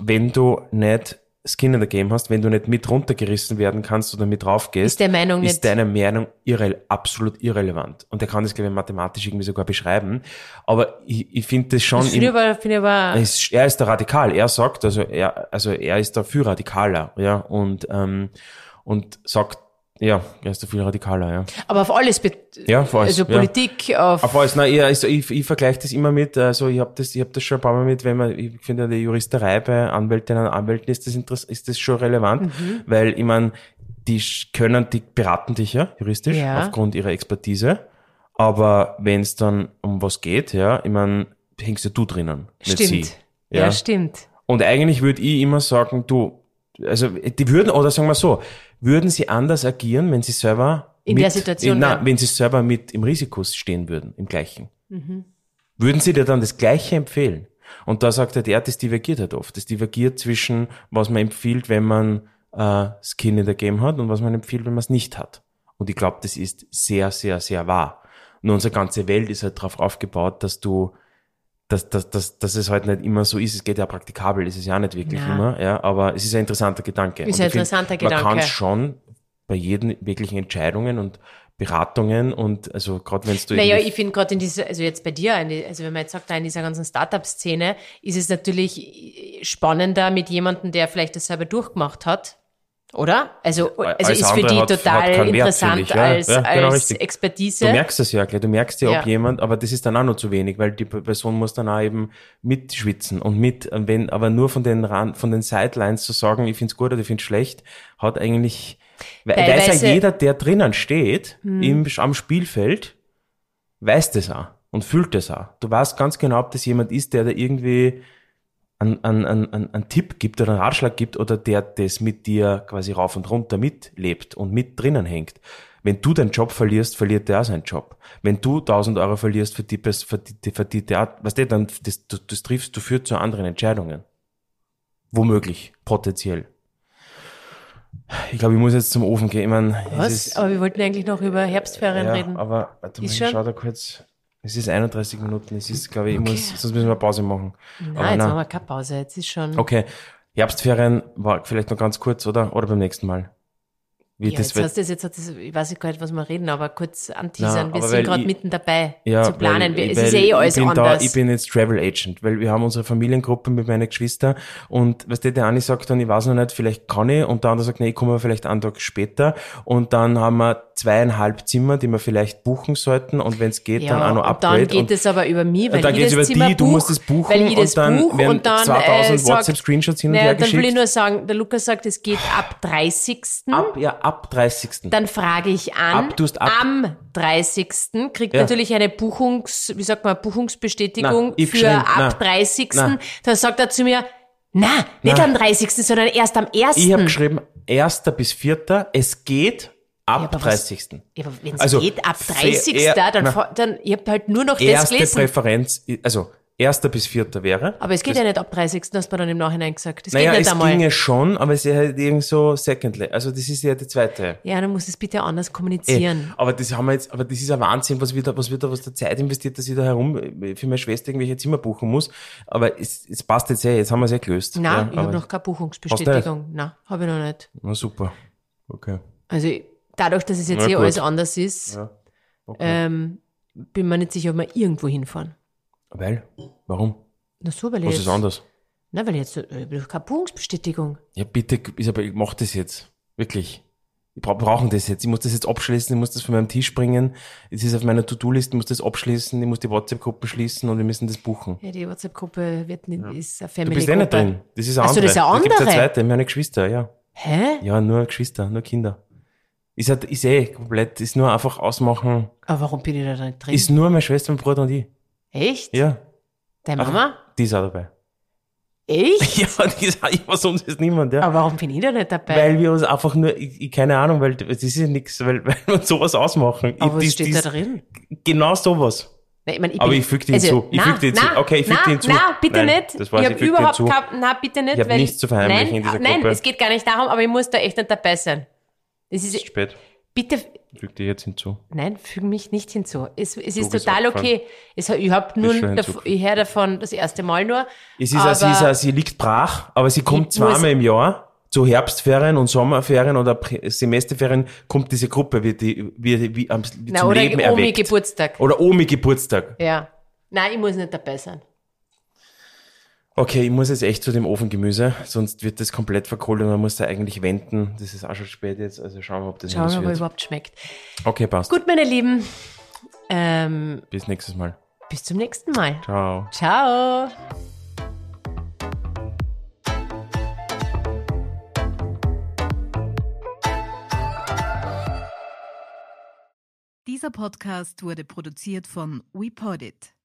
wenn du nicht Skin in the Game hast, wenn du nicht mit runtergerissen werden kannst oder mit raufgehst, Ist der Meinung ist nicht- deine Meinung irre, absolut irrelevant. Und er kann das, glaube ich, mathematisch irgendwie sogar beschreiben. Aber ich, ich finde das schon... das im- Äh, finde ich aber, finde ich aber er ist, er ist der Radikal. Er sagt, also er, also er ist da viel radikaler, ja, und, ähm, und sagt, ja, er ist da viel radikaler, ja. Aber auf alles, bet- Ja, auf alles, also ja. Politik, auf, Auf alles, nein, ich, also ich, ich vergleiche das immer mit, also ich habe das, ich hab das schon ein paar Mal mit, wenn man, ich finde, in der Juristerei bei Anwältinnen und Anwälten ist das, interess ist das schon relevant, Mhm. weil ich meine, die sch- können, die beraten dich ja juristisch Ja. aufgrund ihrer Expertise, aber wenn es dann um was geht, ja, ich meine, hängst ja du drinnen, nicht sie. stimmt. Ja. stimmt. Und eigentlich würde ich immer sagen, du, also die würden, oder sagen wir so, würden sie anders agieren, wenn sie selber In mit, der Situation, in, ja. nein, wenn sie selber mit im Risiko stehen würden, im gleichen. Würden sie dir dann das Gleiche empfehlen? Und da sagt halt er, das divergiert halt oft. Das divergiert zwischen, was man empfiehlt, wenn man äh, Skin in der Game hat und was man empfiehlt, wenn man es nicht hat. Und ich glaube, das ist sehr, sehr, sehr wahr. Und unsere ganze Welt ist halt darauf aufgebaut, dass du dass, dass, dass, dass es halt nicht immer so ist. Es geht ja praktikabel, ist es ja nicht wirklich Na. immer, ja, aber es ist ein interessanter Gedanke. Und Ist ein ich find, interessanter Man Gedanke. kann es schon bei jeden wirklichen Entscheidungen und Beratungen und also gerade wenn du Naja, irgendwie- ich finde gerade in dieser, also jetzt bei dir, eine- also wenn man jetzt sagt, in dieser ganzen Startup-Szene, ist es natürlich äh, spannender mit jemandem, der vielleicht das selber durchgemacht hat, oder? Also, also alles ist für Äh, andere die hat- hat total keinen Wert, interessant finde ich, ja. als, Ja, genau als richtig. Expertise. Du merkst das ja gleich, du merkst ja, ob Ja. jemand, aber das ist dann auch noch zu wenig, weil die P- Person muss dann auch eben mitschwitzen und mit, wenn, aber nur von den Rand, von den Sidelines zu sagen, ich find's gut oder ich find's schlecht, hat eigentlich, we- weiß Teilweise- Hm. ja jeder, der drinnen steht, im, am Spielfeld, weiß das auch und fühlt das auch. Du weißt ganz genau, ob das jemand ist, der da irgendwie einen, einen, einen, einen einen Tipp gibt oder einen Ratschlag gibt oder der das mit dir quasi rauf und runter mitlebt und mit drinnen hängt. Wenn du deinen Job verlierst, verliert der auch seinen Job. Wenn du 1000 Euro verlierst, verdient die, verdient die, verdient der, weißt du, dann, das, das, das triffst du, führt zu anderen Entscheidungen. Womöglich, potenziell. Ich glaube, ich muss jetzt zum Ofen gehen. Ich meine, es Was? ist- Aber wir wollten eigentlich noch über Herbstferien ja, reden. aber warte mal, Ist ich schon? schau da kurz. Es ist 31 Minuten. Es ist, glaube ich, ich muss, sonst müssen wir Pause machen. Nein, jetzt machen wir keine Pause. Jetzt ist schon. Okay. Herbstferien war vielleicht noch ganz kurz, oder? Oder beim nächsten Mal. Wie Ja, das jetzt wird- hast du das, jetzt hat das, ich weiß nicht gerade, was wir reden, aber kurz Nein, anteasern. aber Wir sind weil gerade ich- mitten dabei ja, zu planen. weil- wir, es ist weil ja eh alles ich bin anders. Da, ich bin jetzt Travel Agent, weil wir haben unsere Familiengruppe mit meinen Geschwistern und was der, der eine sagt dann, ich weiß noch nicht, vielleicht kann ich und der andere sagt, nee, ich komme vielleicht einen Tag später und dann haben wir zweieinhalb Zimmer, die wir vielleicht buchen sollten und wenn es geht, ja, dann auch noch und dann Upgrade. geht und- es aber über mich, weil und dann ich geht's das über Zimmer die, du buch, musst es buchen weil ich das und dann buch werden und dann 2000 äh, sagt- WhatsApp-Screenshots hin und Naja, her Dann will ich geschickt. nur sagen, der Lukas sagt, es geht ab 30. Ab, ja, ab 30. Dann frage ich an, Ab, du hast ab. am 30. kriegt Ja. natürlich eine Buchungs, wie sagt man, Buchungsbestätigung Na, ich für schreibe- ab na, 30. na. Dann sagt er zu mir, na, nicht Na. am 30., sondern erst am 1. Ich habe geschrieben, 1. bis 4. Es geht Ab aber was- 30. Ja, aber wenn es Also, geht, ab fair- 30. eher- dann, na. fa- dann, ihr habt halt nur noch das Erste gelesen. Präferenz, i- also erster bis vierter wäre. Aber es geht ja nicht ab 30. hast du dann im Nachhinein gesagt. Es naja, geht nicht es einmal. ginge schon, aber es ist halt irgend so secondly. Also das ist ja die zweite. Ja, dann muss es bitte anders Eh, kommunizieren. Aber das haben wir jetzt, aber das ist ein Wahnsinn, was wir da, was wir da, was der Zeit investiert, dass ich da herum äh, für meine Schwester irgendwelche Zimmer buchen muss. Aber es, es passt jetzt eh, jetzt haben wir es eh gelöst. Nein, ich aber- habe noch keine Buchungsbestätigung. Nein, habe ich noch nicht. Na super. Okay. Also ich- dadurch, dass es jetzt Na eh gut. alles anders ist, Ja. okay. ähm, bin mir nicht sicher, ob wir irgendwo hinfahren. Weil? Warum? Na so, weil ich Was jetzt, ist anders? Na, weil ich jetzt äh, ich hab doch keine Buchungsbestätigung. Ja, bitte, Isabel, mach das jetzt. Wirklich. Wir bra- brauchen das jetzt. Ich muss das jetzt abschließen, ich muss das von meinem Tisch bringen. Es ist auf meiner To-Do-Liste, ich muss das abschließen, ich muss die WhatsApp-Gruppe schließen und wir müssen das buchen. Ja, die WhatsApp-Gruppe wird nicht, ist eine Du family bist eh nicht drin. Das ist eine Ach so, andere. das ist eine Da gibt's eine andere. zweite, meine Geschwister, ja. Hä? Ja, nur Geschwister, nur Kinder. Ist, halt, ist eh komplett, ist nur einfach ausmachen. Aber warum bin ich da nicht drin? Ist nur meine Schwester, mein Bruder und ich. Echt? Ja, Deine Mama? die ist auch dabei. Echt? Ja, die ist auch, ich war sonst ist niemand, ja. Aber warum bin ich da nicht dabei? Weil wir uns einfach nur, ich, ich keine Ahnung, weil das ist ja nichts, weil, weil wir uns sowas ausmachen. aber was ich, steht da drin? Genau sowas. Nein, ich meine, ich Aber bin, also ich füg dir hinzu. Ich nein, füg dir hinzu. nein, Okay, ich füg nein, dir hinzu. Nein, bitte Nein, nicht. das weiß ich ich, habe füg dir überhaupt hinzu. kein, nein, bitte nicht. Ich hab weil nichts zu verheimlichen nein, ah, in dieser Nein, Gruppe. es geht gar nicht darum, aber ich muss da echt nicht dabei sein. Das Es ist ist, spät. bitte, Füg dir jetzt hinzu. nein, füge mich nicht hinzu. Es, es ist bist total abgefahren. okay. Es, ich habe nur, Bist schon dav- hinzugefügt. ich höre davon das erste Mal nur. Es ist, auch, sie, ist auch, sie liegt brach, aber sie kommt Ich zweimal muss- im Jahr zu Herbstferien und Sommerferien oder Prä- Semesterferien kommt diese Gruppe wie die, wie, wie, am, wie na, zum oder Leben Omi erweckt. Oh. Geburtstag. Oder Omi Geburtstag. Ja. Nein, ich muss nicht dabei sein. Okay, ich muss jetzt echt zu dem Ofengemüse, sonst wird das komplett verkohlt und man muss da eigentlich wenden. Das ist auch schon spät jetzt, also schauen wir, ob das Schauen wir was mal, ob wird. überhaupt schmeckt. Okay, passt. Gut, meine Lieben. Ähm, Bis nächstes Mal. bis zum nächsten Mal. Ciao. Ciao. Dieser Podcast wurde produziert von WePoddit.